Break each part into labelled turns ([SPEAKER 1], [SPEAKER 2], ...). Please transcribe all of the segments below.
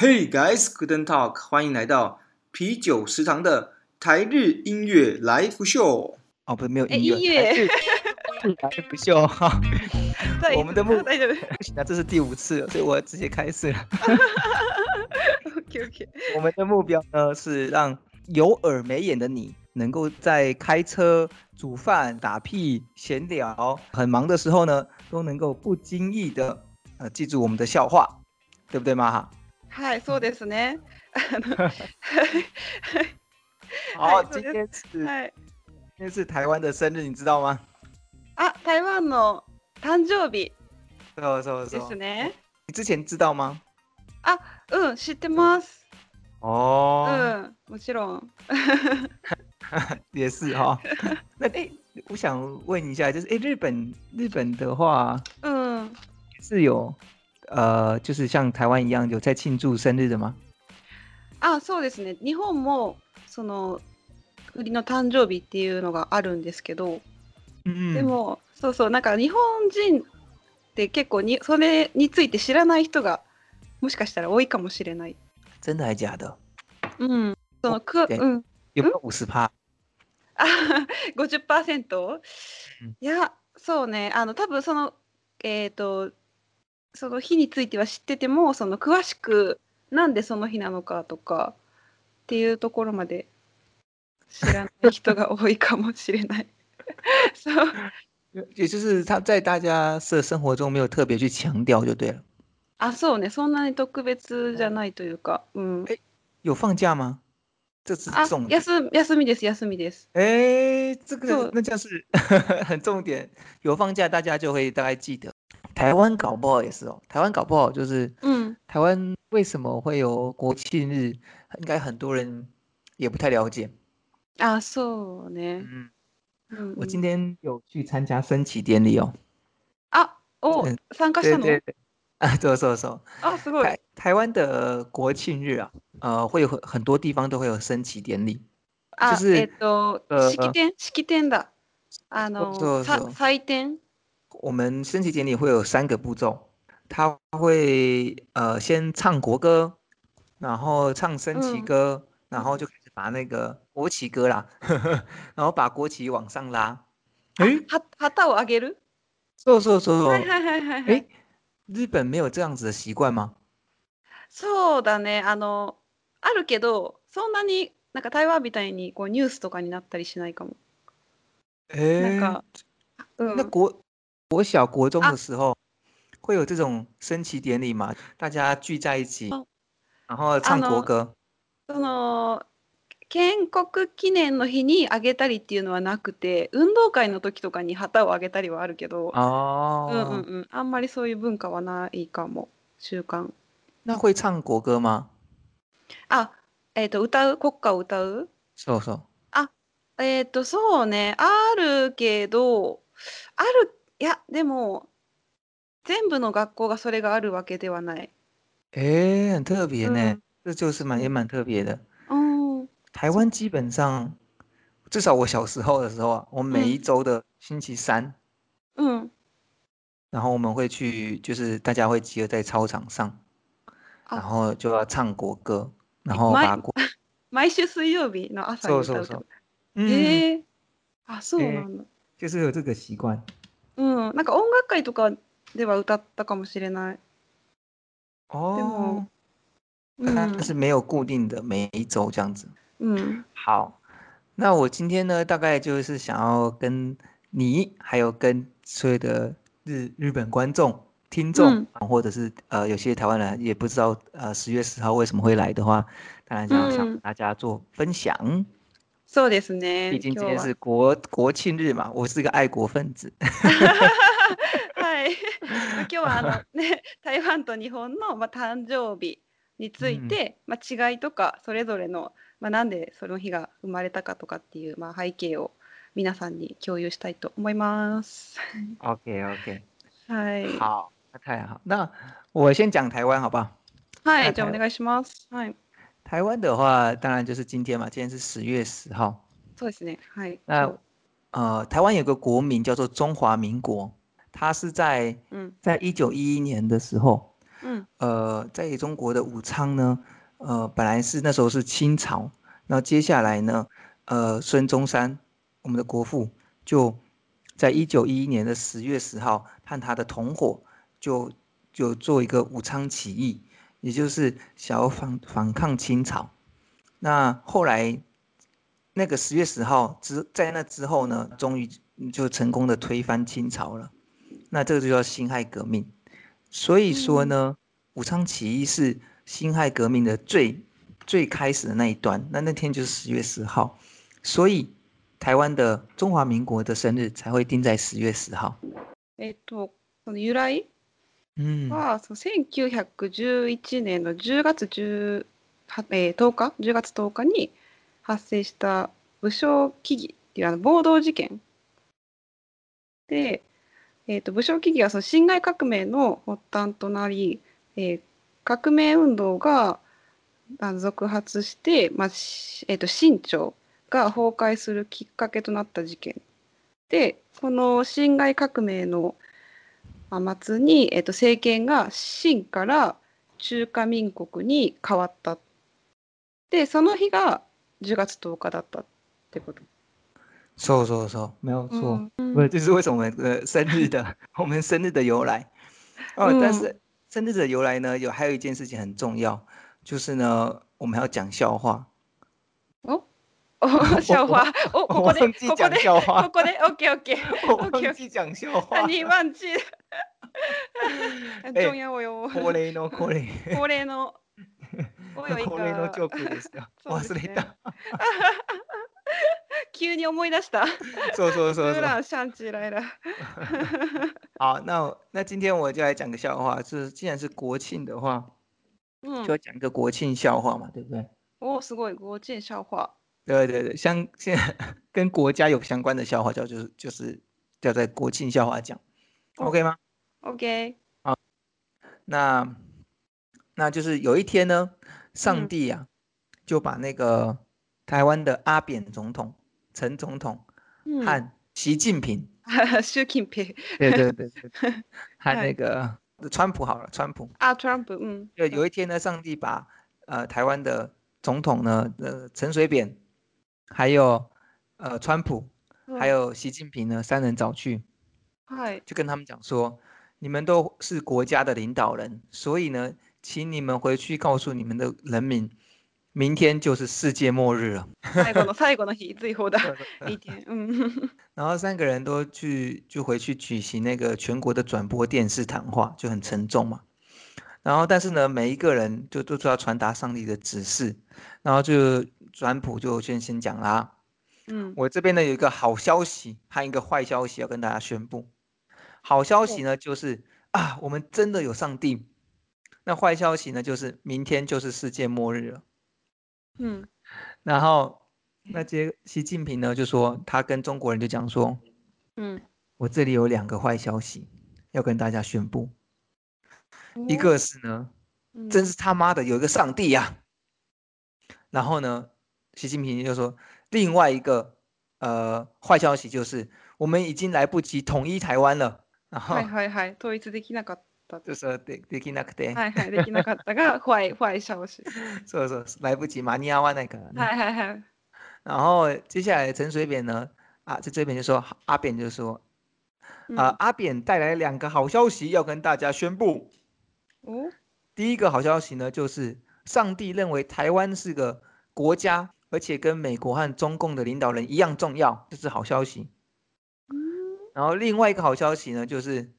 [SPEAKER 1] Hey guys, good and talk，欢迎来到啤酒食堂的台日音乐来福秀。
[SPEAKER 2] 哦，不是没有
[SPEAKER 3] 哎
[SPEAKER 2] 音乐，
[SPEAKER 3] 音乐
[SPEAKER 2] 还是 还是不秀哈。
[SPEAKER 3] 对，
[SPEAKER 2] 我们的目
[SPEAKER 3] 对对对
[SPEAKER 2] 不行啊，这是第五次了，所以我直接开始了。
[SPEAKER 3] ，OK OK，
[SPEAKER 2] 我们的目标呢是让有耳没眼的你，能够在开车、煮饭、打屁、闲聊、很忙的时候呢，都能够不经意的呃记住我们的笑话，对不对嘛？哈。
[SPEAKER 3] はい、そうですね。あの
[SPEAKER 2] 好，
[SPEAKER 3] 对
[SPEAKER 2] 今天是今
[SPEAKER 3] はい、
[SPEAKER 2] 天是台湾的生日，你知道吗？
[SPEAKER 3] あ、台湾の誕生日
[SPEAKER 2] そうそう
[SPEAKER 3] で
[SPEAKER 2] そ
[SPEAKER 3] す
[SPEAKER 2] う。
[SPEAKER 3] ね。
[SPEAKER 2] 你之前知道吗？
[SPEAKER 3] うん、知ってます。う
[SPEAKER 2] 哦，
[SPEAKER 3] ん、もちろん。
[SPEAKER 2] 也是哈、那哎、我想问一下，就是哎、日本日本的话
[SPEAKER 3] うん、
[SPEAKER 2] 是有呃，就是像台湾一样有在庆祝生日的吗？
[SPEAKER 3] あ、そうですね。日本もその売りの誕生日っていうのがあるんですけど、
[SPEAKER 2] 嗯
[SPEAKER 3] でもそうそうなんか日本人って結構にそれについて知らない人がもしかしたら多いかもしれない。
[SPEAKER 2] 真的还假的？
[SPEAKER 3] うん、そのく、
[SPEAKER 2] で
[SPEAKER 3] うん。
[SPEAKER 2] 有没有五十趴？
[SPEAKER 3] あ50%?
[SPEAKER 2] うん
[SPEAKER 3] いやそうねあの多分そのえっ、とその日については知っててもその詳しくなんでその日なのかとかっていうところまで知らない人が多いかもしれない そう
[SPEAKER 2] 也就是他在大家的生活中没有特别去强调就对了。
[SPEAKER 3] あそうねそんなに特別じゃないというか、うん、
[SPEAKER 2] 有放假吗？这是
[SPEAKER 3] あ
[SPEAKER 2] 重点。
[SPEAKER 3] 休休みです休みです
[SPEAKER 2] 哎，这
[SPEAKER 3] 就
[SPEAKER 2] 个那这样是 很重点，有放假大家就会大概记得。台湾搞不好也是哦，台湾搞不好就是
[SPEAKER 3] うん
[SPEAKER 2] 台湾为什么会有国庆日，应该很多人也不太了解。
[SPEAKER 3] あそうね、
[SPEAKER 2] 嗯，
[SPEAKER 3] うんうん
[SPEAKER 2] 我今天有去参加升旗典礼哦。
[SPEAKER 3] あお
[SPEAKER 2] 嗯
[SPEAKER 3] 参加し
[SPEAKER 2] 对
[SPEAKER 3] たの
[SPEAKER 2] 对对，啊，そうそうそう。
[SPEAKER 3] あすごい
[SPEAKER 2] 台台湾的国庆日啊，呃，会有很很多地方都会有升旗典礼。
[SPEAKER 3] あ、
[SPEAKER 2] 就是
[SPEAKER 3] えっ、と、
[SPEAKER 2] 呃
[SPEAKER 3] 式典、式典だ。あ
[SPEAKER 2] そう
[SPEAKER 3] の、
[SPEAKER 2] そう
[SPEAKER 3] さ祭典。
[SPEAKER 2] 我们升旗典礼会有三个步骤，他会呃先唱国歌，然后唱升旗
[SPEAKER 3] 嗯
[SPEAKER 2] 歌，然后
[SPEAKER 3] 嗯
[SPEAKER 2] 就开始把那个国旗歌啦， 然后把国旗往上拉。啊
[SPEAKER 3] あ
[SPEAKER 2] 诶，
[SPEAKER 3] は旗をあげる。
[SPEAKER 2] そうそうそう。
[SPEAKER 3] はいはいはい はいはい。
[SPEAKER 2] 诶，日本没有这样子的习惯吗？
[SPEAKER 3] そうだね。あの、あるけど、そんなになんか台湾みたいにこうニュースとかになったりしないかも。
[SPEAKER 2] 诶，
[SPEAKER 3] かう
[SPEAKER 2] 那
[SPEAKER 3] ん。
[SPEAKER 2] 国国小国中
[SPEAKER 3] 嗯啊
[SPEAKER 2] 的时候会有这种升旗典礼吗？大家聚在一起
[SPEAKER 3] 哦，
[SPEAKER 2] 然后唱
[SPEAKER 3] 啊
[SPEAKER 2] 国
[SPEAKER 3] 那
[SPEAKER 2] 歌。
[SPEAKER 3] その、建国記念の日にあげたりっていうのはなくて、運動会の時とかに旗をあげたりはあるけど、
[SPEAKER 2] 哦，
[SPEAKER 3] うんうんうん。あんまりそういう文化はないかも。習慣。
[SPEAKER 2] 那会唱国歌吗？
[SPEAKER 3] あ、えっ、と、歌う国歌を歌う
[SPEAKER 2] そうそう。
[SPEAKER 3] えっと、そうね、あるけど、ある、いや、でも、全部の学校がそれがあるわけではない。
[SPEAKER 2] 诶，很特别呢
[SPEAKER 3] 嗯，
[SPEAKER 2] 这就是蛮也蛮特别的。
[SPEAKER 3] うん、
[SPEAKER 2] 台湾基本上，至少我小时候的时候啊，我每一
[SPEAKER 3] 嗯
[SPEAKER 2] 周的星期三，
[SPEAKER 3] うん。
[SPEAKER 2] 然后我们会去，就是大家会集合在操场上，然
[SPEAKER 3] あ
[SPEAKER 2] 后就要唱国歌，然后
[SPEAKER 3] 毎
[SPEAKER 2] 把国，
[SPEAKER 3] 毎週水曜日の朝に
[SPEAKER 2] そうそう
[SPEAKER 3] 歌
[SPEAKER 2] う
[SPEAKER 3] って
[SPEAKER 2] そ
[SPEAKER 3] こ
[SPEAKER 2] う
[SPEAKER 3] と。、
[SPEAKER 2] 嗯，
[SPEAKER 3] えー、あ、そうなんだ。
[SPEAKER 2] 就是有这个习惯。
[SPEAKER 3] うん、なんか音楽会とかでは歌ったかもしれない。
[SPEAKER 2] 哦，
[SPEAKER 3] う
[SPEAKER 2] 它
[SPEAKER 3] ん
[SPEAKER 2] 是，没有固定的每一周这样子。
[SPEAKER 3] うん、
[SPEAKER 2] 好，那我今天呢，大概就是想要跟你，还有跟所有的日日本观众、听众，
[SPEAKER 3] 嗯
[SPEAKER 2] 啊或者是呃有些台湾人也不知道，呃十月十号为什么会来的话，当然就要向
[SPEAKER 3] 嗯
[SPEAKER 2] 大家做分享。
[SPEAKER 3] そうですね。
[SPEAKER 2] 毕竟今
[SPEAKER 3] 今日
[SPEAKER 2] 天
[SPEAKER 3] は
[SPEAKER 2] 是国国庆日嘛，我是个爱国分 子。
[SPEAKER 3] はい、まあ今日はあの、ね、 台湾と日本の、まあ、誕生日について、まあ、違いとかそれぞれの、まあ、なんでその日が生まれたかとかっていう、まあ、背景を皆さんに共有したいと思います。
[SPEAKER 2] OK OK，
[SPEAKER 3] はい、
[SPEAKER 2] 好，那太好。那我先讲台湾好不好？
[SPEAKER 3] は
[SPEAKER 2] はい
[SPEAKER 3] い、じゃあお願いします。はい、
[SPEAKER 2] 台湾的话，当然就是今天嘛，今天是十月十号。
[SPEAKER 3] そうですね。はい。
[SPEAKER 2] 那呃，台湾有个国名叫做中华民国，它是在
[SPEAKER 3] うん、
[SPEAKER 2] 在一九一一年的时候，
[SPEAKER 3] 嗯
[SPEAKER 2] 呃，在中国的武昌呢，呃，本来是那时候是清朝，那接下来呢，呃，孙中山，我们的国父，就在一九一一年的十月十号，和他的同伙就就做一个武昌起义，也就是想要反反抗清朝。那后来，那个十月十号之在那之后呢，终于就成功的推翻清朝了。那这个就叫辛亥革命。所以说呢，武昌起义是辛亥革命的最最开始的那一段。那那天就是十月十号，所以台湾的中华民国的生日才会定在十月十号。
[SPEAKER 3] えっとその由来
[SPEAKER 2] 嗯，
[SPEAKER 3] は、そう1911年の10月10、はえー10日10月10日に発生した武将起義っていうあの暴動事件で、えー、と武将起義はその辛亥革命の発端となり、えー革命運動があの続発して、まあしえー、と清朝が崩壊するきっかけとなった事件でこの辛亥革命のまあ末に、えっと政権が清から中華民国に変わったでその日が10月10日だったってこと。
[SPEAKER 2] そうそうそう，没有错。
[SPEAKER 3] うん
[SPEAKER 2] 不是，这是为什么我们呃生日的 我们生日的由来哦。但是生日的由来呢，有还有一件事情很重要，就是呢，我们还要讲笑话。
[SPEAKER 3] おシャオファーおここで
[SPEAKER 2] 我 忘记
[SPEAKER 3] ここ
[SPEAKER 2] 讲
[SPEAKER 3] で
[SPEAKER 2] 笑话
[SPEAKER 3] こ，こでオッケーオッケー。
[SPEAKER 2] 我忘记讲笑话
[SPEAKER 3] 他。にワンチ。
[SPEAKER 2] え
[SPEAKER 3] ちょんやおよ。
[SPEAKER 2] 恒例の恒 例
[SPEAKER 3] 恒例の。およい
[SPEAKER 2] 恒例のチョ
[SPEAKER 3] か。
[SPEAKER 2] ーク ですよ。
[SPEAKER 3] そうです
[SPEAKER 2] 忘
[SPEAKER 3] ね
[SPEAKER 2] れ た。
[SPEAKER 3] 急に思い出した。
[SPEAKER 2] そうそう
[SPEAKER 3] ブ
[SPEAKER 2] そうそう。
[SPEAKER 3] ランシャンチライラ。
[SPEAKER 2] 好，那我那今天我就来讲个笑话，就是既然是国庆的话，
[SPEAKER 3] う
[SPEAKER 2] 就要
[SPEAKER 3] ん。
[SPEAKER 2] 讲一个国庆笑话嘛，对不对？
[SPEAKER 3] おすごい。ゴーチンシャオファー。
[SPEAKER 2] 对对对，相现在 跟国家有相关的笑话叫就是就是叫在国庆笑话讲
[SPEAKER 3] 哦
[SPEAKER 2] ，OK 吗？
[SPEAKER 3] オッケ
[SPEAKER 2] 那那就是有一天呢，上
[SPEAKER 3] 嗯
[SPEAKER 2] 帝啊、就把那个台湾的阿扁总统、陈总统
[SPEAKER 3] ー。うん
[SPEAKER 2] 和习近 平，
[SPEAKER 3] 習近平。
[SPEAKER 2] 对对对对，和
[SPEAKER 3] 嗨
[SPEAKER 2] 那个川普好了，川普
[SPEAKER 3] あ、トランプ。うん。
[SPEAKER 2] 就有一天呢，上帝把呃台湾的总统呢，呃陈水扁，还有呃川普，
[SPEAKER 3] 嗯
[SPEAKER 2] 还有习近平呢三人找去，
[SPEAKER 3] うん。 はい。
[SPEAKER 2] 就跟他们讲说，你们都是国家的领导人，所以呢，请你们回去告诉你们的人民，明天就是世界末日了。
[SPEAKER 3] 最後の最後の日、追放だ。いい点。うん。
[SPEAKER 2] 然后三个人都去就回去举行那个全国的转播电视谈话，就很沉重嘛。然后但是呢，每一个人就都是要传达上帝的指示。然后就川普就先先讲啦，
[SPEAKER 3] うん。
[SPEAKER 2] 我这边呢有一个好消息和一个坏消息要跟大家宣布。好消息呢就是啊，我们真的有上帝。那坏消息呢就是明天就是世界末日了。
[SPEAKER 3] うん。
[SPEAKER 2] 然后那接习近平呢就说他跟中国人就讲说，
[SPEAKER 3] うん。
[SPEAKER 2] 我这里有两个坏消息要跟大家宣布，
[SPEAKER 3] 嗯
[SPEAKER 2] 一个是呢，
[SPEAKER 3] うん、
[SPEAKER 2] 真是他妈的有一个上帝呀、然后呢，习近平就说，另外一个呃坏消息就是我们已经来不及统一台湾了。然后
[SPEAKER 3] はいはいはい。統一できなかっ
[SPEAKER 2] 就说でできなくて
[SPEAKER 3] た。、はいはい。できなかった が、ホワイ、ホワイシャオシ。
[SPEAKER 2] そうそう来不及間に合わないからね。
[SPEAKER 3] はいはいはい。
[SPEAKER 2] 然后接下来陈水扁呢，啊，陈水扁就说阿扁就说
[SPEAKER 3] うん
[SPEAKER 2] 啊、阿扁带来两个好消息要跟大家宣布。
[SPEAKER 3] お
[SPEAKER 2] 第一个好消息呢，就是上帝认为台湾是个国家，而且跟美国和中共的领导人一样重要，这是好消息。然后另外一个好消息呢，就是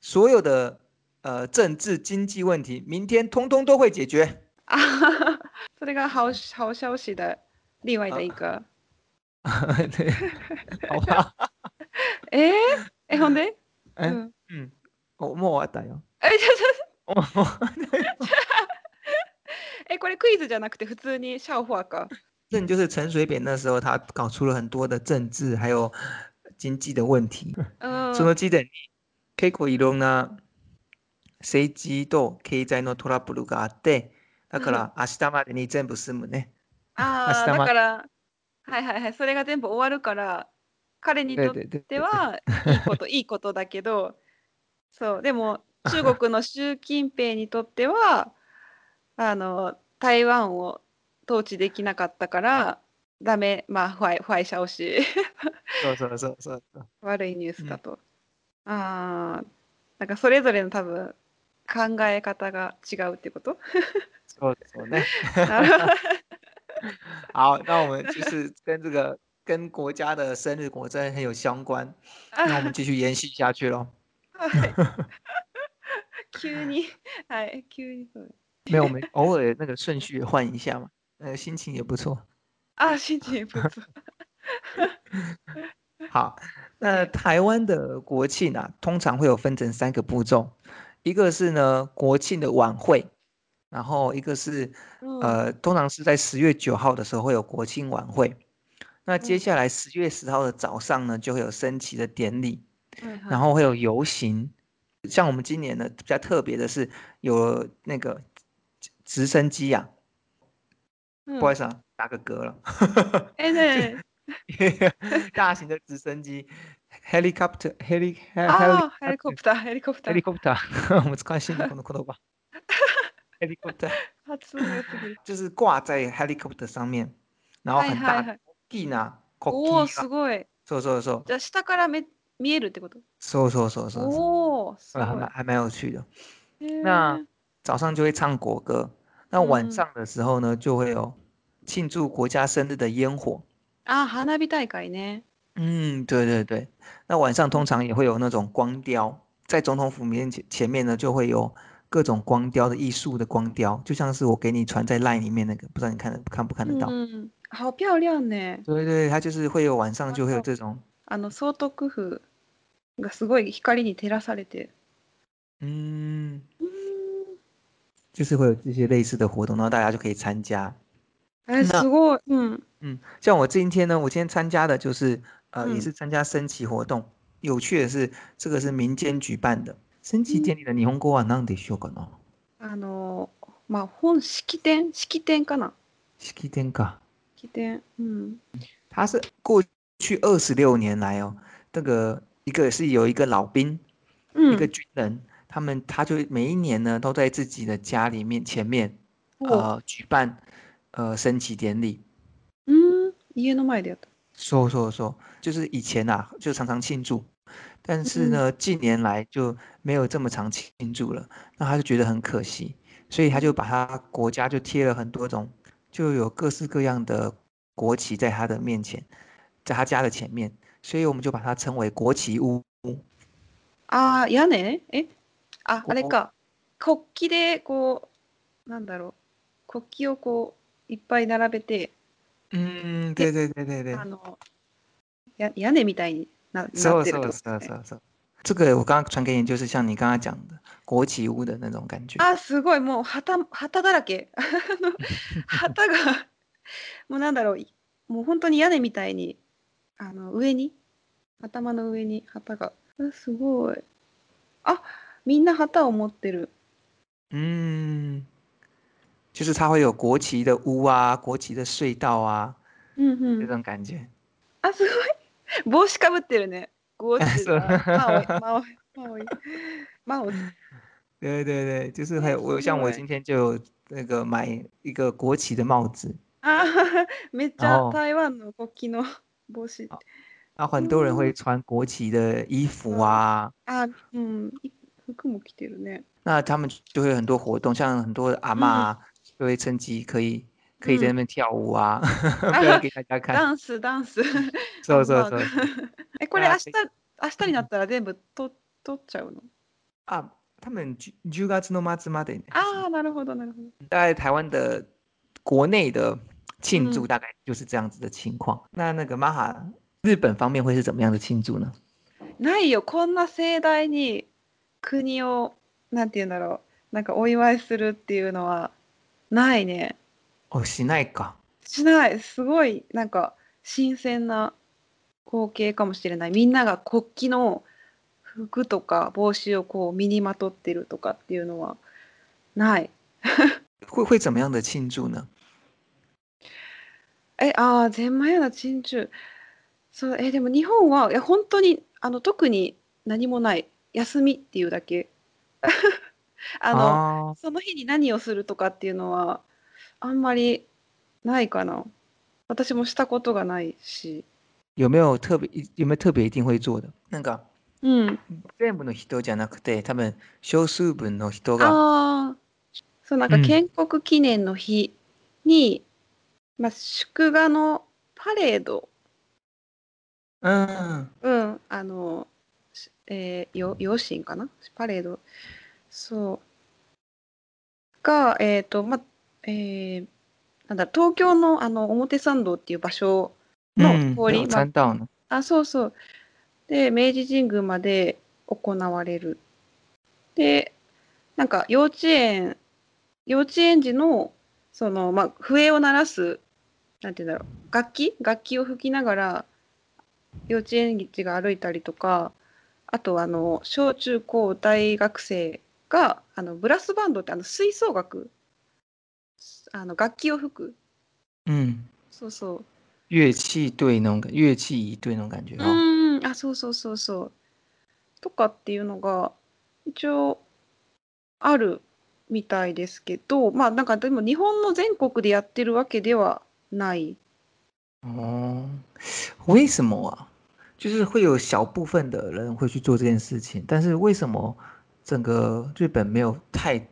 [SPEAKER 2] 所有的呃政治经济问题，明天通通都会解决。
[SPEAKER 3] あはは それが好好消息だ。另外的一个。
[SPEAKER 2] 对，好吧，
[SPEAKER 3] えー、え、ほんで、う
[SPEAKER 2] 嗯
[SPEAKER 3] ん、
[SPEAKER 2] 嗯，我莫瓦哦达哟，
[SPEAKER 3] え、ちょちょち
[SPEAKER 2] 我
[SPEAKER 3] ょえ、これクイズじゃなくて普通にシャオファーか。
[SPEAKER 2] 这就是陈水扁那时候他搞出了很多的政治还有经济的问题。
[SPEAKER 3] うん。
[SPEAKER 2] その時点に結構いろんな政治と経済のトラブルがあって、だから明日までに全部済むね。
[SPEAKER 3] ああ、
[SPEAKER 2] 明日
[SPEAKER 3] だ
[SPEAKER 2] ま
[SPEAKER 3] から、はいはいはい。それが全部終わるから、彼にとっ
[SPEAKER 2] 对
[SPEAKER 3] てはいいこといいことだけどそうでも中国の習近平にとってはあの台湾を統治できなかったからダメまあ坏坏消息
[SPEAKER 2] そうそうそうそう。
[SPEAKER 3] 悪いニュースだと、ああなんかそれぞれの多分考え方が違うってこと
[SPEAKER 2] そうですよね。
[SPEAKER 3] なるほど
[SPEAKER 2] 好，那我们就是跟这个跟国家的生日果真的很有相 关，那我们继续延续下去喽。
[SPEAKER 3] 急にはい急にそう
[SPEAKER 2] 没有，我们偶尔那个顺序换一下嘛，呃，心情也不错。
[SPEAKER 3] あ心情不足
[SPEAKER 2] 好，那台湾的国庆啊，通常会有分成三个步骤，一个是呢国庆的晚会，然后一个是
[SPEAKER 3] うん
[SPEAKER 2] 呃，通常是在十月九号的时候会有国庆晚会，那接
[SPEAKER 3] 嗯
[SPEAKER 2] 下来十月十号的早上呢，就会有升旗的典礼，
[SPEAKER 3] はいはい
[SPEAKER 2] 然后会有游行。像我们今年呢，比较特别的是有那个直直升机啊，
[SPEAKER 3] うん
[SPEAKER 2] 不好意思啊，打个嗝了，
[SPEAKER 3] えね
[SPEAKER 2] 大型的直升机 helicopter heli
[SPEAKER 3] えあー
[SPEAKER 2] heli
[SPEAKER 3] ヘリコプターヘリコプター
[SPEAKER 2] helicopter，我们 关心この言葉 helicopter
[SPEAKER 3] 発音がすぎる
[SPEAKER 2] 就是挂在 helicopter 上面，然后
[SPEAKER 3] 嗨
[SPEAKER 2] 很
[SPEAKER 3] 嗨
[SPEAKER 2] 大
[SPEAKER 3] 嗨
[SPEAKER 2] 的 kina
[SPEAKER 3] お
[SPEAKER 2] koki
[SPEAKER 3] おすごい
[SPEAKER 2] そうそうそう
[SPEAKER 3] じゃあ下からめ見えるってこと
[SPEAKER 2] そうそうそうそうそう，
[SPEAKER 3] おおすごい
[SPEAKER 2] 还蛮还蛮有趣的。
[SPEAKER 3] へー
[SPEAKER 2] 那啊早上就会唱国歌，那晚
[SPEAKER 3] 嗯
[SPEAKER 2] 上的时候呢，就会有庆祝国家生日的烟火。
[SPEAKER 3] あ花火大会ね
[SPEAKER 2] 嗯，对对对。那晚上通常也会有那种光雕，在总统府面前前面呢，就会有各种光雕的艺术的光雕，就像是我给你传在 LINE 里面那个，不知道你看得看不看得到？
[SPEAKER 3] うん好漂亮ね
[SPEAKER 2] 对对，它就是会有晚上就会有
[SPEAKER 3] 光
[SPEAKER 2] 这种，
[SPEAKER 3] あの総督府がすごい光に照らされて
[SPEAKER 2] 嗯，
[SPEAKER 3] うーん
[SPEAKER 2] 就是会有这些类似的活动，然后大家就可以参加。
[SPEAKER 3] え
[SPEAKER 2] 那
[SPEAKER 3] すごいうん
[SPEAKER 2] 嗯，像我今天呢，我今天参加的就是呃，也
[SPEAKER 3] 嗯
[SPEAKER 2] 是参加升旗活动。有趣的是，这个是民间举办的升旗典礼的霓虹国は何でしょうか呢？
[SPEAKER 3] あのまあ本式典式典かな
[SPEAKER 2] 式典か。
[SPEAKER 3] 式典うん
[SPEAKER 2] 它是过去二十六年来哦，这个一个是有一个老兵，
[SPEAKER 3] う
[SPEAKER 2] 一个
[SPEAKER 3] ん
[SPEAKER 2] 军人，他们他就每一年呢都在自己的家里面前面
[SPEAKER 3] お
[SPEAKER 2] 呃举办呃升旗典礼。
[SPEAKER 3] うん家の前でやった
[SPEAKER 2] 说说说，就是以前啊，就常常庆祝，但是
[SPEAKER 3] 嗯
[SPEAKER 2] 呢，近年来就没有这么常庆祝了。那他就觉得很可惜，所以他就把他国家就贴了很多种，就有各式各样的国旗在他的面前，在他家的前面，所以我们就把它称为国旗屋。
[SPEAKER 3] ああ屋根えあ
[SPEAKER 2] ここ
[SPEAKER 3] あれか国旗でこうなんだろう国旗をこういっぱい並べて
[SPEAKER 2] 嗯，对对对对对
[SPEAKER 3] あ，のや屋根みたいにななってる
[SPEAKER 2] 是
[SPEAKER 3] って
[SPEAKER 2] 是
[SPEAKER 3] こと
[SPEAKER 2] 是
[SPEAKER 3] ですね
[SPEAKER 2] 是是，这个我刚刚传给你，就是像你刚刚讲的国旗屋的那种感觉。
[SPEAKER 3] あすごいもう旗旗だらけ あの旗がもうなんだろういもう本当に屋根みたいにあの上に頭の上に旗があすごいあみんな旗を持ってる
[SPEAKER 2] 嗯，就是它会有国旗的屋啊，国旗的隧道啊，
[SPEAKER 3] うんう
[SPEAKER 2] 这
[SPEAKER 3] ん
[SPEAKER 2] 种感觉。
[SPEAKER 3] あすごい帽子かぶってるねゴーチ
[SPEAKER 2] そう
[SPEAKER 3] だマオイマオイマオイマオイ
[SPEAKER 2] 对对对，就是还
[SPEAKER 3] 哎
[SPEAKER 2] 有我
[SPEAKER 3] 是
[SPEAKER 2] 像我
[SPEAKER 3] 欸
[SPEAKER 2] 今天就有那个买一个国旗的帽子，
[SPEAKER 3] あめっち
[SPEAKER 2] あ
[SPEAKER 3] ゃ
[SPEAKER 2] お
[SPEAKER 3] 台湾の国旗の帽子
[SPEAKER 2] 然后很多人会穿国旗的衣服啊，
[SPEAKER 3] あうんい服も着てるね
[SPEAKER 2] 那他们就会有很多活动，像很多的阿嬷
[SPEAKER 3] 嗯
[SPEAKER 2] 啊就会趁机可以可以在
[SPEAKER 3] 嗯
[SPEAKER 2] 那边跳舞 啊，表演给大家看。
[SPEAKER 3] ダンスダンス
[SPEAKER 2] そう
[SPEAKER 3] あ
[SPEAKER 2] そう
[SPEAKER 3] まあ
[SPEAKER 2] そう。
[SPEAKER 3] えこれ
[SPEAKER 2] あ
[SPEAKER 3] 明
[SPEAKER 2] は
[SPEAKER 3] 日
[SPEAKER 2] い
[SPEAKER 3] 明日になったら全部と取っちゃうの
[SPEAKER 2] 啊，他们十十月の末までね
[SPEAKER 3] ああなるほどなるほど
[SPEAKER 2] 大概台湾的国内的庆祝
[SPEAKER 3] 嗯
[SPEAKER 2] 大概就是这样子的情况。那那个玛哈日本方面会是怎么样的庆祝呢？
[SPEAKER 3] ないよこんな盛大に国をなんて言うんだろうなんかお祝いするっていうのはないね
[SPEAKER 2] 哦，しないか。
[SPEAKER 3] しない すごいなんか新鮮な光景かもしれないみんなが国旗の服とか帽子をこう身にまとってるとかっていうのはない
[SPEAKER 2] 会会怎么样的庆祝呢？
[SPEAKER 3] え、ああ、ゼンマイヤな珍珠。そう、え、でも日本は、いや、本当に、あの、特に何もない。休みっていうだけ。 あの
[SPEAKER 2] あ
[SPEAKER 3] その日に何をするとかっていうのはあんまりないかな。私もしたことがないし。
[SPEAKER 2] ー有没有特别有没有特别一定会做的？なんか
[SPEAKER 3] うん。
[SPEAKER 2] 全部の人じゃなくて、多分少数分の人
[SPEAKER 3] 啊
[SPEAKER 2] が、
[SPEAKER 3] ああ。そうなんか
[SPEAKER 2] うん
[SPEAKER 3] 建国記念の日に、まあ祝賀のパレード、
[SPEAKER 2] 嗯うん、
[SPEAKER 3] うん、あの、しえー、よ養親かなパレード。そう。が、えっ、と、まあ、えー、なんだ東京のあの表参道っていう場所の
[SPEAKER 2] うん
[SPEAKER 3] 通りま
[SPEAKER 2] 参道の
[SPEAKER 3] あ、そうそう。で、明治神宮まで行われる。で、なんか幼稚園、幼稚園児の、その、まあ、笛を鳴らす、なんて言うんだろう、楽器楽器を吹きながら、幼稚園児が歩いたりとか、あと、あの、小中高大学生が、あの、ブラスバンドって、あの、吹奏楽、あの、楽器を吹く。
[SPEAKER 2] うん、
[SPEAKER 3] そうそう。
[SPEAKER 2] 嗯乐器队那种感，乐器一队那种感觉
[SPEAKER 3] う
[SPEAKER 2] 哦。
[SPEAKER 3] んうんあそうそうそうそうとかっていうのが一応あるみたいですけどまあなんかでも日本の全国でやってるわけではない
[SPEAKER 2] 哦，为什么啊？就是会有小部分的人会去做这件事情，但是为什么整个日本没有太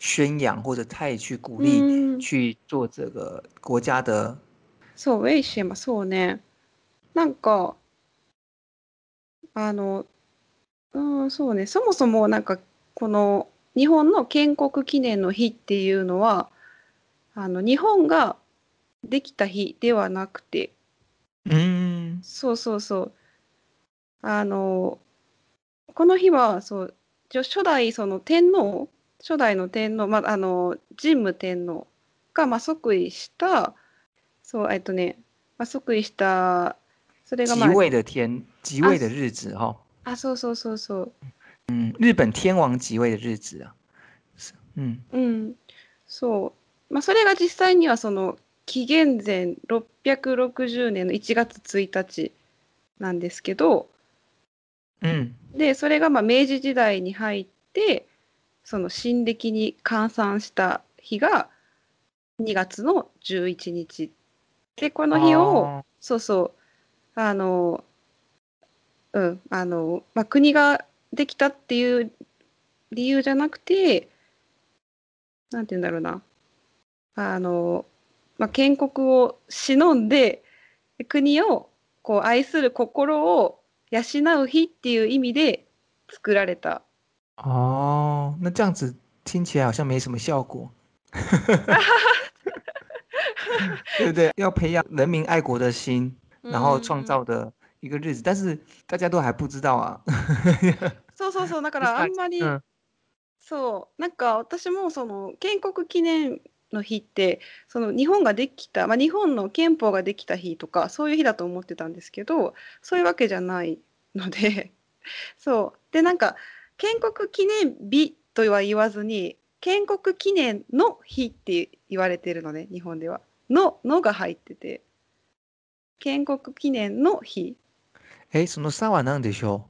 [SPEAKER 2] 宣扬或者太去鼓励
[SPEAKER 3] うん
[SPEAKER 2] 去做这个国家的？
[SPEAKER 3] そうウェイシェマそうねなんかあのうんそうねそもそもなんかこの日本の建国記念の日っていうのはあの日本ができた日ではなくて
[SPEAKER 2] 嗯
[SPEAKER 3] そうそうそう。あのこの日はそうじょ初代その天皇初代の天皇、まあ、あの神武天皇が、まあ、即位したそうえっとね、まあ、即位したそれが
[SPEAKER 2] 即
[SPEAKER 3] まあ
[SPEAKER 2] 位的天，即
[SPEAKER 3] 啊
[SPEAKER 2] 位的日子哈、哦，
[SPEAKER 3] あそうそうそうそう
[SPEAKER 2] 嗯，日本天王即位的日子啊，是，嗯
[SPEAKER 3] うん、そう、まあ、それが実際にはその紀元前660年の1月1日なんですけど、
[SPEAKER 2] 嗯
[SPEAKER 3] でそれがまあ明治時代に入ってその新暦に換算した日が2月の11日でこの日を、
[SPEAKER 2] 哦
[SPEAKER 3] そうそうあのうんあの、まあ、国ができたっていう理由じゃなくてなんて言うんだろうなあの、まあ、建国を忍んで国をこう愛する心を養う日っていう意味で作られた
[SPEAKER 2] 哦，那这样子听起来好像没什么效果，对不对？要培养人民爱国的心，
[SPEAKER 3] 嗯
[SPEAKER 2] 然后创造的一个日子，但是大家都还不知道啊。
[SPEAKER 3] そうそうそうだか
[SPEAKER 2] It's
[SPEAKER 3] ら
[SPEAKER 2] like-
[SPEAKER 3] あんま り、
[SPEAKER 2] 嗯
[SPEAKER 3] そうなんか私もその建国記念の日ってその日本ができた、まあ、日本の憲法ができた日とかそういう日だと思ってたんですけどそういうわけじゃないので そうでなんか建国記念日とは言わずに建国記念の日って言われてるのね日本では。の「の」が入ってて建国記念の日
[SPEAKER 2] 哎，什么萨瓦なんでしょ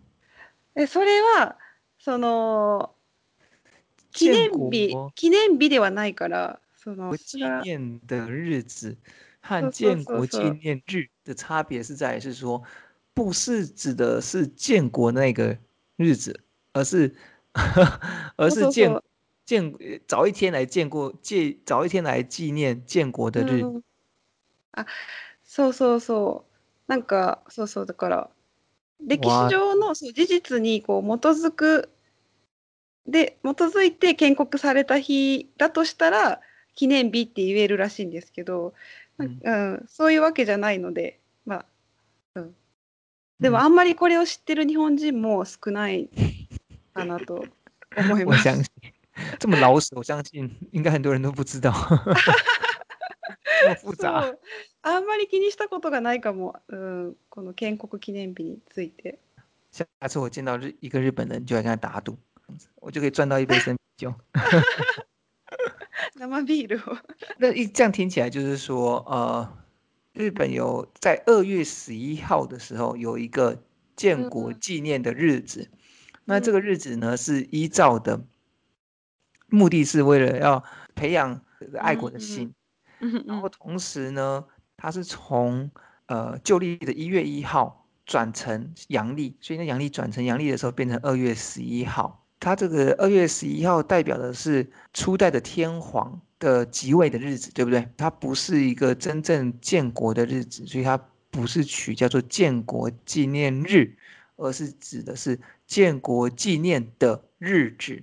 [SPEAKER 2] う？
[SPEAKER 3] えそれはその記
[SPEAKER 2] 建
[SPEAKER 3] 念日
[SPEAKER 2] 国
[SPEAKER 3] 記念日ではないからそのそ
[SPEAKER 2] 纪
[SPEAKER 3] れは
[SPEAKER 2] 念的日子和
[SPEAKER 3] 说
[SPEAKER 2] 建
[SPEAKER 3] 说
[SPEAKER 2] 国纪
[SPEAKER 3] 说
[SPEAKER 2] 念日的差别是在于是说，不是指的是建国那个日子，而是 而
[SPEAKER 3] 说
[SPEAKER 2] 是
[SPEAKER 3] 说
[SPEAKER 2] 建
[SPEAKER 3] 说
[SPEAKER 2] 建呃早一天来建国建早一天来纪念建国的日。
[SPEAKER 3] うん、あそうそうそうなんかそうそうだから歴史上のそう事実にこう基づくで基づいて建国された日だとしたら記念日って言えるらしいんですけど、なんうん、そういうわけじゃないのでまあでも
[SPEAKER 2] 嗯
[SPEAKER 3] あんまりこれを知ってる日本人も少ないかなと思い
[SPEAKER 2] 嗯我
[SPEAKER 3] ます。
[SPEAKER 2] 相信这么老手，我相信应该很多人都不知道， 这么复杂
[SPEAKER 3] そ。うあんまり気にしたことがないかも、うん、この建国記念日について。
[SPEAKER 2] 下次我见到日一个日本人，就来跟他打赌，这样子我就可以赚到一杯生啤酒。
[SPEAKER 3] 生ビールを。
[SPEAKER 2] 那一这样听起来就是说，呃，日本有在二月十一号的时候有一个建国
[SPEAKER 3] 嗯
[SPEAKER 2] 纪念的日子，那这
[SPEAKER 3] 嗯
[SPEAKER 2] 个日子呢是依照的目的是为了要培养爱
[SPEAKER 3] 嗯
[SPEAKER 2] 国的心。
[SPEAKER 3] うんうん
[SPEAKER 2] 然后同时呢，它是从呃旧历的一月一号转成阳历，所以那阳历转成阳历的时候变成二月十一号。它这个二月十一号代表的是初代的天皇的即位的日子，对不对？它不是一个真正建国的日子，所以它不是取叫做建国纪念日，而是指的是建国纪念的日子，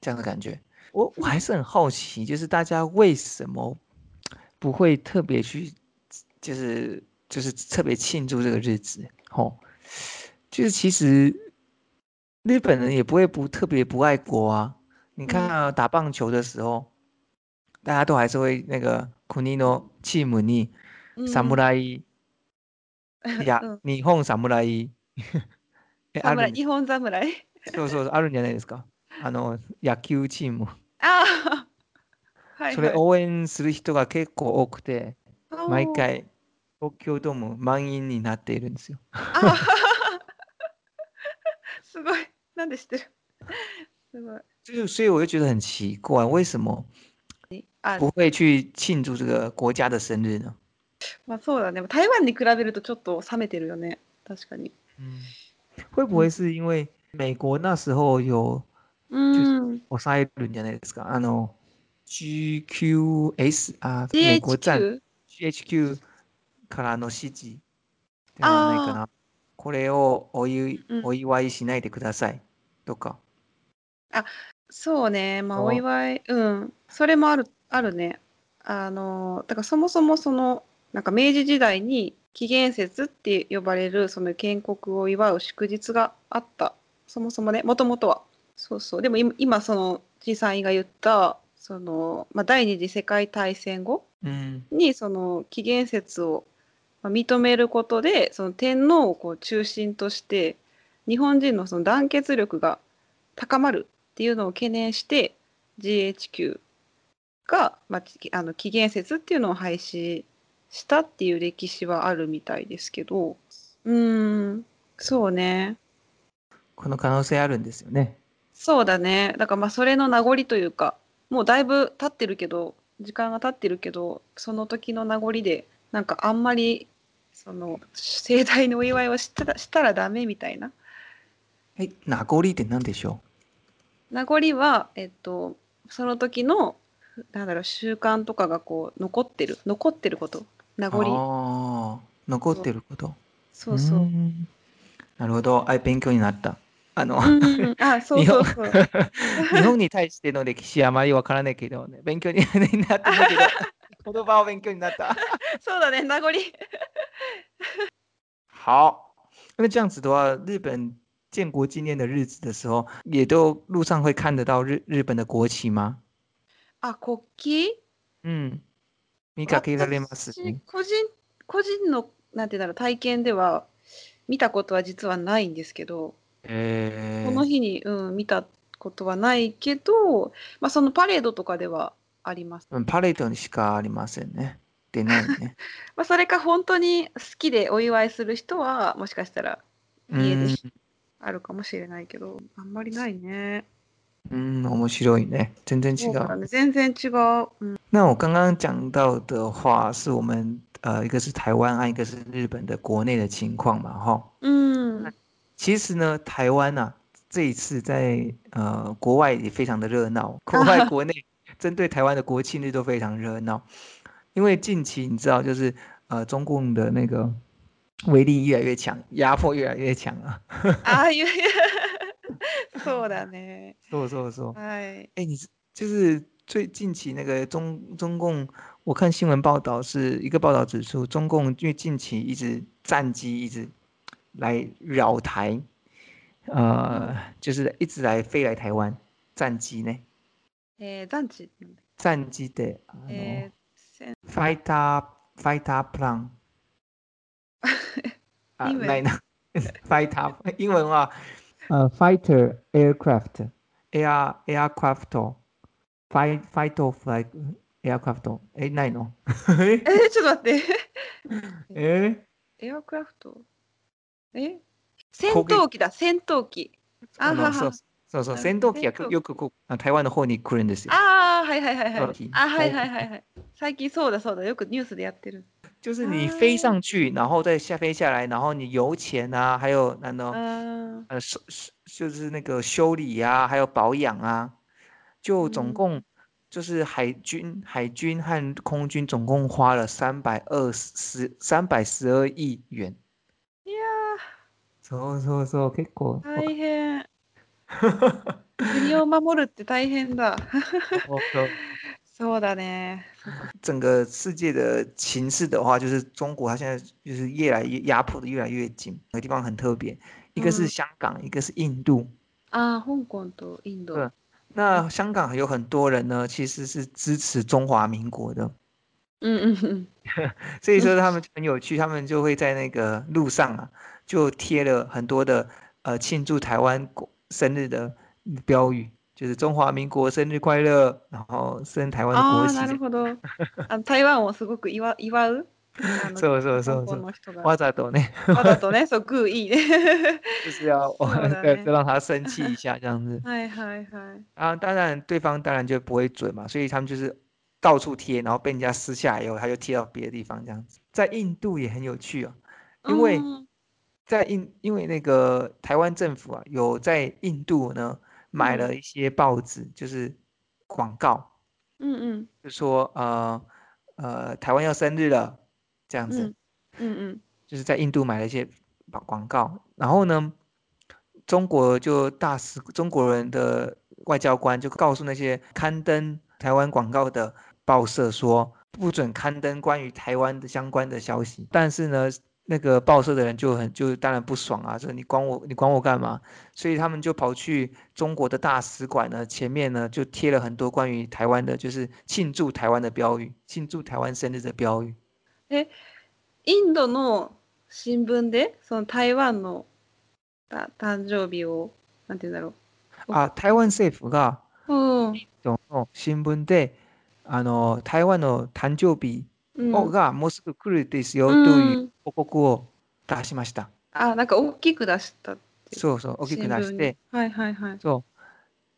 [SPEAKER 2] 这样的感觉。我我还是很好奇，就是大家为什么不会特别去，就是就是特别庆祝这个日子？哦，就是其实日本人也不会不特别不爱国啊。你看啊，打棒球的时候，大家都还是会那个国のチームに
[SPEAKER 3] うん
[SPEAKER 2] 侍いや
[SPEAKER 3] うん
[SPEAKER 2] 日本侍 えある
[SPEAKER 3] 侍
[SPEAKER 2] ん
[SPEAKER 3] 日本侍。
[SPEAKER 2] そうそうあるんじゃないですか。あの野球チーム。
[SPEAKER 3] ああ。はい、
[SPEAKER 2] そ
[SPEAKER 3] は
[SPEAKER 2] れ
[SPEAKER 3] い。
[SPEAKER 2] 応援する人が結構多くて、
[SPEAKER 3] おー
[SPEAKER 2] 毎。回東京ドーム満員になっているんですよ。
[SPEAKER 3] あー すごい。なんで知ってる。すごい。
[SPEAKER 2] 就所以我就觉得很奇怪，为什么
[SPEAKER 3] あ
[SPEAKER 2] 不会去庆祝这个国家的生日呢？
[SPEAKER 3] まあそうだね。台湾に比べるとちょっと冷めてるよね。確かに。
[SPEAKER 2] 嗯，会不会是因为美国那时候有
[SPEAKER 3] う
[SPEAKER 2] ー
[SPEAKER 3] ん。
[SPEAKER 2] 抑えるんじゃないですか？あの GQS 啊，美国站
[SPEAKER 3] DHQ?
[SPEAKER 2] GHQ からの指示ではないかな。これをお祝い
[SPEAKER 3] うん
[SPEAKER 2] お祝いしないでくださいとか。
[SPEAKER 3] そうね。まあ
[SPEAKER 2] そう
[SPEAKER 3] お祝い。うん。それもある、あるね。あの、だからそもそもその、なんか明治時代に紀元節って呼ばれるその建国を祝う祝日があった。そもそもね、もともとは。そうそう。でも今、今その、じいさんが言った、その、まあ、第二次世界大戦後
[SPEAKER 2] うん。
[SPEAKER 3] にその紀元節をまあ認めることでその天皇をこう中心として日本人のその団結力が高まるっていうのを懸念して GHQ が、まあ、きあの紀元節っていうのを廃止したっていう歴史はあるみたいですけどうーんそうね
[SPEAKER 2] この可能性あるんですよね。
[SPEAKER 3] そうだねだからまあそれの名残というかもうだいぶ経ってるけど時間が経ってるけどその時の名残でなんかあんまりその盛大なお祝いをしたらしたらダメみたいな
[SPEAKER 2] はい、名残って何でしょ
[SPEAKER 3] 名残は、えっと、その時のなんだろう習慣とかがこう残ってる残ってること名
[SPEAKER 2] うあ
[SPEAKER 3] 残
[SPEAKER 2] ー残ってること。
[SPEAKER 3] そうそう。
[SPEAKER 2] ー
[SPEAKER 3] うん
[SPEAKER 2] んなるほど。あ勉強になった。あ の、
[SPEAKER 3] うん、あそうそうそう。
[SPEAKER 2] 日本に対しての歴史あまりわからないけど、ね、勉強になったんだけ ど、言葉を勉強になった。
[SPEAKER 3] そうだね名残。
[SPEAKER 2] 好，那这样子的话，日本建国纪念的日子的时候，也都路上会看得到日日本的国旗吗？
[SPEAKER 3] あ国旗
[SPEAKER 2] 嗯，見かけられます
[SPEAKER 3] 私。個人個人のなんていうんだろう体験では見たことは実はないんですけど、
[SPEAKER 2] え
[SPEAKER 3] この日に、うん、見たことはないけど、まあ、そのパレードとかではあります、
[SPEAKER 2] うんパレードにしかありませんね。出ない ね。
[SPEAKER 3] まあ、それか本当に好きでお祝いする人はもしかしたら家
[SPEAKER 2] う
[SPEAKER 3] で
[SPEAKER 2] ん
[SPEAKER 3] あるかもしれないけど、あんまりないね
[SPEAKER 2] 嗯，面白いね，真正違
[SPEAKER 3] そうだ
[SPEAKER 2] う。
[SPEAKER 3] ね全然違う、うん、
[SPEAKER 2] 那我刚刚讲到的话，是我们呃，一个是台湾啊，一个是日本的国内的情况嘛，哈。
[SPEAKER 3] うん
[SPEAKER 2] 其实呢，台湾啊，这一次在呃国外也非常的热 闹，国外国内针对台湾的国庆日都非常热闹，因为近期你知道，就是呃中共的那个威力越来越强，压迫越来越强啊。
[SPEAKER 3] ああいう そうだね
[SPEAKER 2] そうそうそう。
[SPEAKER 3] はい
[SPEAKER 2] 哎，你是就是最近期那个中中共，我看新闻报道是一个报道指出，中共因为近期一直战机一直来扰台，呃，就是一直来飞来台湾，战机呢，
[SPEAKER 3] えー、団地なんだ
[SPEAKER 2] 战机的，啊あの
[SPEAKER 3] えー、せん
[SPEAKER 2] fighter fighter plan，啊，
[SPEAKER 3] 英文
[SPEAKER 2] 那那 fighter 英文啊，呃，fighter aircraft air aircraft fight fighter flight aircraft 哎，那喏，
[SPEAKER 3] えー、ちょっと待って。
[SPEAKER 2] 哎，
[SPEAKER 3] エアクラフトえ戦闘機だ、戦闘機。あはは。
[SPEAKER 2] そうそうそう、
[SPEAKER 3] なるほどね
[SPEAKER 2] 戦闘機が
[SPEAKER 3] そう
[SPEAKER 2] よくこうあ台湾の方に来るんですよ。
[SPEAKER 3] ああはいはいはいは
[SPEAKER 2] そう
[SPEAKER 3] い。あはいはいはいはい。最近そうだそうだよくニュースでやってる。
[SPEAKER 2] 就是你
[SPEAKER 3] 啊
[SPEAKER 2] 飞上去，然后再下飞下来，然后你油钱啊，还有那
[SPEAKER 3] う
[SPEAKER 2] 种
[SPEAKER 3] ーん。
[SPEAKER 2] 呃修修就是那个修理啊，还有保养啊，就总
[SPEAKER 3] 嗯
[SPEAKER 2] 共就是海军海军和空军总共花了三百二十三百十二亿元。
[SPEAKER 3] いや
[SPEAKER 2] そうそうそう結構
[SPEAKER 3] ー 大変。国を守るって大変だ。そうだね。
[SPEAKER 2] 整个世界的情势的话，就是中国它现在就是越来越压迫的越来越紧，那个地方很特别，一个是
[SPEAKER 3] 嗯
[SPEAKER 2] 香港，一个是印度。
[SPEAKER 3] ああ香港とインド。
[SPEAKER 2] 嗯那香港有很多人呢，其实是支持中华民国的，
[SPEAKER 3] うんうんうん。
[SPEAKER 2] 所以说他们就很有趣，他们就会在那个路上啊，就贴了很多的呃庆祝台湾国生日的标语，就是中华民国生日快乐，然后升台湾的
[SPEAKER 3] あ
[SPEAKER 2] 国
[SPEAKER 3] あ
[SPEAKER 2] 旗
[SPEAKER 3] な
[SPEAKER 2] 这
[SPEAKER 3] る
[SPEAKER 2] 样。
[SPEAKER 3] ほど。あの台湾をすごく祝祝う。あの
[SPEAKER 2] そうそうそうそ
[SPEAKER 3] 香港
[SPEAKER 2] う。
[SPEAKER 3] の人が。
[SPEAKER 2] 哇咋懂呢？
[SPEAKER 3] わざとね、そう、グーいいね。
[SPEAKER 2] 就是要 我
[SPEAKER 3] 是的
[SPEAKER 2] 对，
[SPEAKER 3] 嘞
[SPEAKER 2] 就让他生气一下这样 子。
[SPEAKER 3] はいはいはい。
[SPEAKER 2] 啊，当然对方当然就不会准嘛，所以他们就是到处贴，然后被人家撕下来以后，他就贴到别的地方这样子。在印度也很有趣哦，因为
[SPEAKER 3] うん
[SPEAKER 2] 在印因为那个台湾政府啊，有在印度呢买
[SPEAKER 3] 嗯
[SPEAKER 2] 了一些报纸，就是广告，
[SPEAKER 3] うんうん
[SPEAKER 2] 就说呃呃台湾要生日了这样
[SPEAKER 3] う
[SPEAKER 2] 子。
[SPEAKER 3] んうんうん。
[SPEAKER 2] 就是在印度买了一些广广告，然后呢，中国就大使中国人的外交官就告诉那些刊登台湾广告的报社说，不准刊登关于台湾的相关的消息。但是呢，那个报社的人就很就当然不爽啊，说你管我你管我干嘛？所以他们就跑去中国的大使馆呢前面呢就贴了很多关于台湾的，就是庆祝台湾的标语，庆祝台湾生日的标语。
[SPEAKER 3] インドの新聞で、その台湾のた誕生日を、なんて言うんだろお
[SPEAKER 2] 啊，台湾政府が
[SPEAKER 3] う。うん。
[SPEAKER 2] の新聞で、あの台湾の誕生日
[SPEAKER 3] うん、
[SPEAKER 2] をがもうすぐ来るですよと
[SPEAKER 3] う、
[SPEAKER 2] いうん報告を出しました。
[SPEAKER 3] あ、なんか大きく出した。
[SPEAKER 2] そうそう、大きく出
[SPEAKER 3] 新聞
[SPEAKER 2] し
[SPEAKER 3] に
[SPEAKER 2] て、。
[SPEAKER 3] はいはいはい。
[SPEAKER 2] そう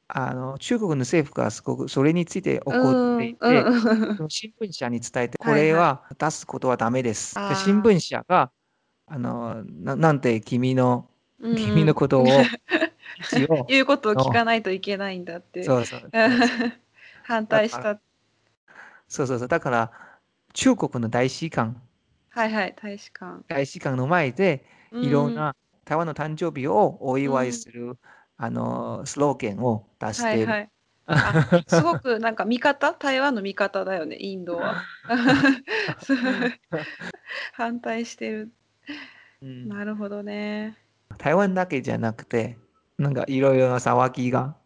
[SPEAKER 2] あの中国の政府がすごくそれについて怒っ
[SPEAKER 3] うんう
[SPEAKER 2] て
[SPEAKER 3] ん
[SPEAKER 2] いて、
[SPEAKER 3] うん
[SPEAKER 2] その新聞社に伝えて、
[SPEAKER 3] は
[SPEAKER 2] こ
[SPEAKER 3] いはい
[SPEAKER 2] れは出すことはダメです。
[SPEAKER 3] あ
[SPEAKER 2] で
[SPEAKER 3] ー
[SPEAKER 2] 新聞社があのな、なんて君の
[SPEAKER 3] うんうん、
[SPEAKER 2] 君のことを、一応
[SPEAKER 3] 言うことを聞かないといけないんだって。
[SPEAKER 2] そうそう、
[SPEAKER 3] 反対した。
[SPEAKER 2] そうそうそう、だから中国の大使館、
[SPEAKER 3] はいはい、大使館。
[SPEAKER 2] 大使館の前で、いろん
[SPEAKER 3] う
[SPEAKER 2] な台湾の誕生日をお祝
[SPEAKER 3] う
[SPEAKER 2] い
[SPEAKER 3] ん
[SPEAKER 2] する、あのスローゲンを出し
[SPEAKER 3] は
[SPEAKER 2] てい
[SPEAKER 3] い
[SPEAKER 2] る。
[SPEAKER 3] はい。あすごくなんか味方 台湾の味方だよねインドはそう反対してる
[SPEAKER 2] うん
[SPEAKER 3] なるほどね
[SPEAKER 2] 台湾だけじゃなくて、なんかいろいろな騒ぎが。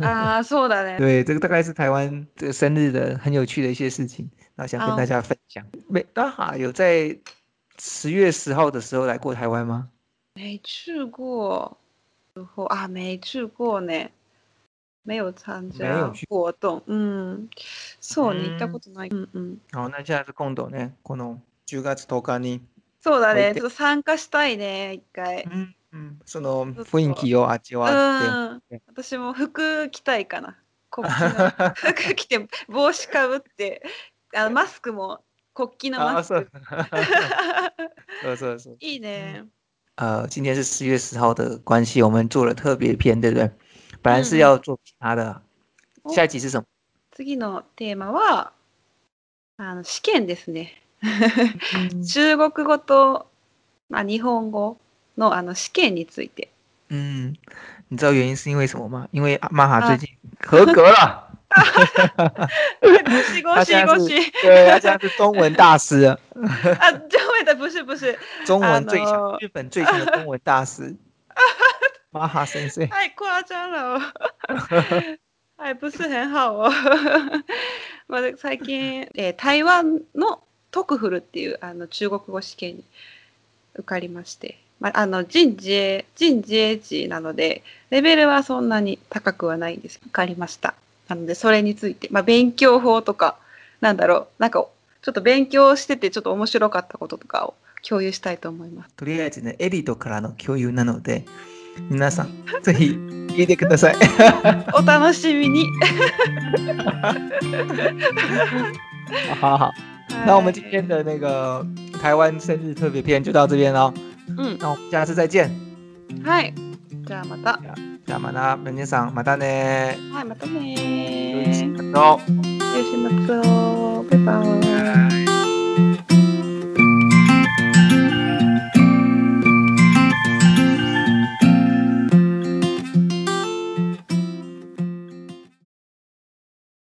[SPEAKER 3] ああそうだね
[SPEAKER 2] 对，这个大概是台湾这个生日的很有趣的一些事情，那想跟大
[SPEAKER 3] 好
[SPEAKER 2] 家分享。美大哈有在十月十号的时候来过台湾吗？
[SPEAKER 3] 没去过，然后啊，没去过呢，没有参
[SPEAKER 2] 没
[SPEAKER 3] 加
[SPEAKER 2] 有去
[SPEAKER 3] 活动。嗯，そう
[SPEAKER 2] 嗯
[SPEAKER 3] ね、行ったことない。うんうん。
[SPEAKER 2] 好，那现在是空斗呢，この10月10日に、
[SPEAKER 3] そうだ
[SPEAKER 2] 置い
[SPEAKER 3] ね、
[SPEAKER 2] て
[SPEAKER 3] ちょっと参加したいね、一回。
[SPEAKER 2] うんうん、その
[SPEAKER 3] ちょっと
[SPEAKER 2] 雰囲気を味
[SPEAKER 3] う
[SPEAKER 2] わって。
[SPEAKER 3] ん。私も服着たいかな。国旗の服着て、帽子かぶって、あマスクも国旗の
[SPEAKER 2] あ
[SPEAKER 3] マ
[SPEAKER 2] あ、
[SPEAKER 3] ス
[SPEAKER 2] そう
[SPEAKER 3] ク。。
[SPEAKER 2] そうそうそう。
[SPEAKER 3] いいね。
[SPEAKER 2] 呃，今天是十月十号的关系，我们做了特别篇，对不对？本来是
[SPEAKER 3] 嗯嗯
[SPEAKER 2] 要做其他的，
[SPEAKER 3] 哦
[SPEAKER 2] 下一集是什么？
[SPEAKER 3] 次のテーマは、あの試験ですね。
[SPEAKER 2] 嗯
[SPEAKER 3] 中国語と、まあ、日本語のあの試験につい て。
[SPEAKER 2] 嗯，你知道原因是因为什么吗？因为阿玛哈
[SPEAKER 3] 啊
[SPEAKER 2] 最近合格了，
[SPEAKER 3] ゴシゴシゴシ。
[SPEAKER 2] 对，他现在是中文大师了，
[SPEAKER 3] あ、ちょ待って、不是不是。
[SPEAKER 2] 中文最
[SPEAKER 3] 啊
[SPEAKER 2] 强，
[SPEAKER 3] ，no
[SPEAKER 2] 日本最强的中文大师，玛哈先生。
[SPEAKER 3] はい、コアちゃんらを。はい、不是很好を。 まあ、最近、えー台湾のトクフルっていうあの中国語試験に受かりまして、まあ、あの人事英人事英知なのでレベルはそんなに高くはないんです受かりましたなのでそれについて、まあ、勉強法とかなんだろうなんかちょっと勉強しててちょっと面白かったこととかを共有したいと思います
[SPEAKER 2] とりあえずね、エリートからの共有なので、皆さん、ぜひ聞いてください。
[SPEAKER 3] お楽しみに。
[SPEAKER 2] 好好，那我们今天的那个台湾生日特别篇就到这边喽。
[SPEAKER 3] うん
[SPEAKER 2] 那我们下次再见。
[SPEAKER 3] はい。じゃあまた。
[SPEAKER 2] じゃあまた皆さんまたね。
[SPEAKER 3] はい、またね
[SPEAKER 2] 良い一
[SPEAKER 3] ー。
[SPEAKER 2] 日を
[SPEAKER 3] よし、まつお。バイバーイ。